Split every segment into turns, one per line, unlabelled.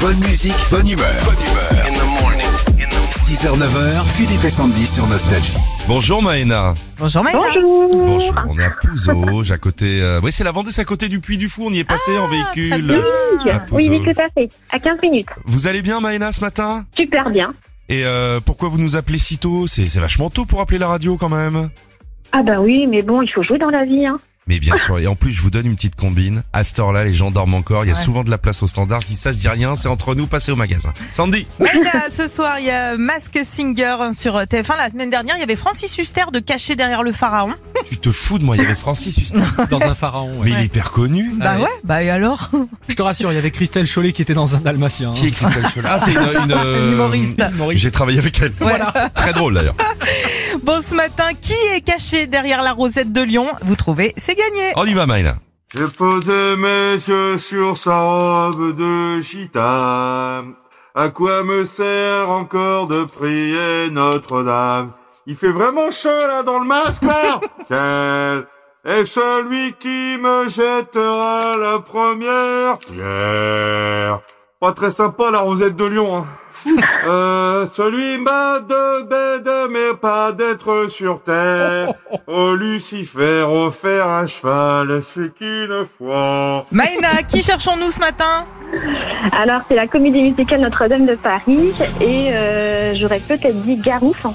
Bonne musique, bonne humeur. 6h-9h, Philippe et Sandy sur Nostalgie.
Bonjour Maëna.
Bonjour Maïda.
Bonjour.
Bonjour, on est à Pouzauge, à côté... euh, Oui, c'est la Vendée, c'est à côté du Puy du Fou, on y est passé
Ah,
en véhicule. à Pouzauge.
Oui, oui, tout à fait. À 15 minutes.
Vous allez bien Maëna ce matin
Super bien.
Et euh, pourquoi vous nous appelez si tôt C'est c'est vachement tôt pour appeler la radio quand même.
Ah bah oui, mais bon, il faut jouer dans la vie. Hein.
Mais bien sûr, et en plus je vous donne une petite combine. À cette heure-là, les gens dorment encore, il y a
Ouais.
souvent de la place au standard. Je dis ça, je dis rien, c'est entre nous, passez au magasin. Sandy
Maïda, ce soir, il y a Mask Singer hein, sur euh, TF1. La semaine dernière, il y avait Francis Huster de Caché derrière le pharaon.
Tu te fous de moi, il y avait Francis Huster.
dans un pharaon. ouais.
Mais il est hyper connu.
Bah
ouais.
ouais, bah et alors
Je te rassure, il y avait Christelle Chollet qui était dans un dalmatien. hein.
Qui est Christelle Scholler Ah, c'est une... une, euh,
Humoriste.
J'ai travaillé avec elle.
Voilà.
Très drôle d'ailleurs.
Bon, ce matin, qui est caché derrière la rosette de Lyon Vous trouvez, c'est gagné.
On y va Maëna.
Je posais mes yeux sur sa robe de gitane. À quoi me sert encore de prier Notre-Dame Il fait vraiment chaud là dans le masque là Quel est celui qui me jettera la première pierre Pas très sympa la rosette de Lyon. Hein. Euh, celui m'a de bête, mais pas d'être sur terre. Au Oh, Lucifer, au fer, un cheval, ce qu'une fois.
Maïna, qui cherchons-nous ce matin
Alors, c'est la comédie musicale Notre-Dame de Paris. Et euh, j'aurais peut-être dit Garouf. hein.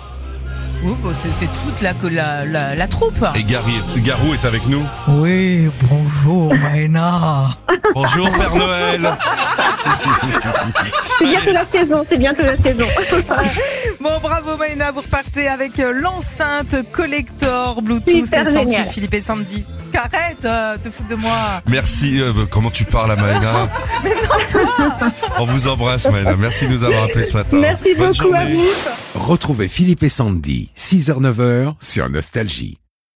Oh, bah, C'est toute la, la, la, troupe.
Et Gary, Garou est avec nous.
Oui, bonjour Maïna.
Bonjour Père Noël.
C'est bientôt la saison, c'est bientôt la saison.
Ah,
Bon, bravo Maïna, vous repartez avec euh, l'enceinte collector Bluetooth
Super
et sans
génial.
fil, Philippe et Sandy. Arrête, euh, te fous de moi.
Merci. euh, comment tu parles à Maëna
Mais non, toi
On vous embrasse Maëna. Merci de nous avoir appelés ce matin.
Merci
Bonne
beaucoup à
journée.
vous.
Retrouvez Philippe et Sandy, 6h-9h sur Nostalgie.